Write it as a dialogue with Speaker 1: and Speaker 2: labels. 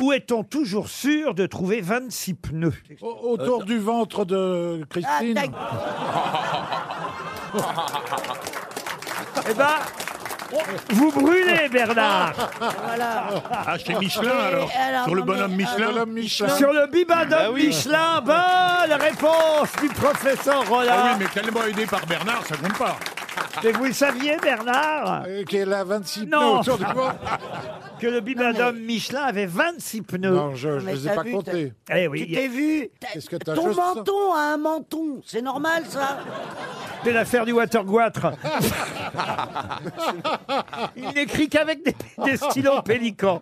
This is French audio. Speaker 1: Où est-on toujours sûr de trouver 26 pneus
Speaker 2: Autour du ventre de Christine.
Speaker 1: Eh ben, vous brûlez, Bernard
Speaker 3: Ah, chez Michelin alors. Sur le bonhomme Michelin.
Speaker 2: Madame Michelin.
Speaker 1: Sur le bibadon
Speaker 4: Bah oui.
Speaker 1: Michelin, bonne réponse du professeur
Speaker 3: Ah oui,
Speaker 1: Roland.
Speaker 3: mais tellement aidé par Bernard, ça compte pas.
Speaker 1: mais... vous le saviez, Bernard
Speaker 2: euh, Qui est la
Speaker 1: Non.
Speaker 2: 26 pneus autour du ventre.
Speaker 1: Que le bibadon Michelin avait 26 pneus.
Speaker 2: Non, je ne
Speaker 5: mais
Speaker 2: les ai
Speaker 5: t'as
Speaker 2: pas
Speaker 5: vu,
Speaker 2: comptés.
Speaker 1: Eh oui,
Speaker 5: Tu
Speaker 1: il y a-
Speaker 5: t'es vu T'as-
Speaker 2: Qu'est-ce que t'as
Speaker 5: euh, Ton
Speaker 2: juste-
Speaker 5: menton a un menton, c'est normal ça
Speaker 1: c'était l'affaire du Watergoitre. il n'écrit qu'avec des, des stylos pélicans.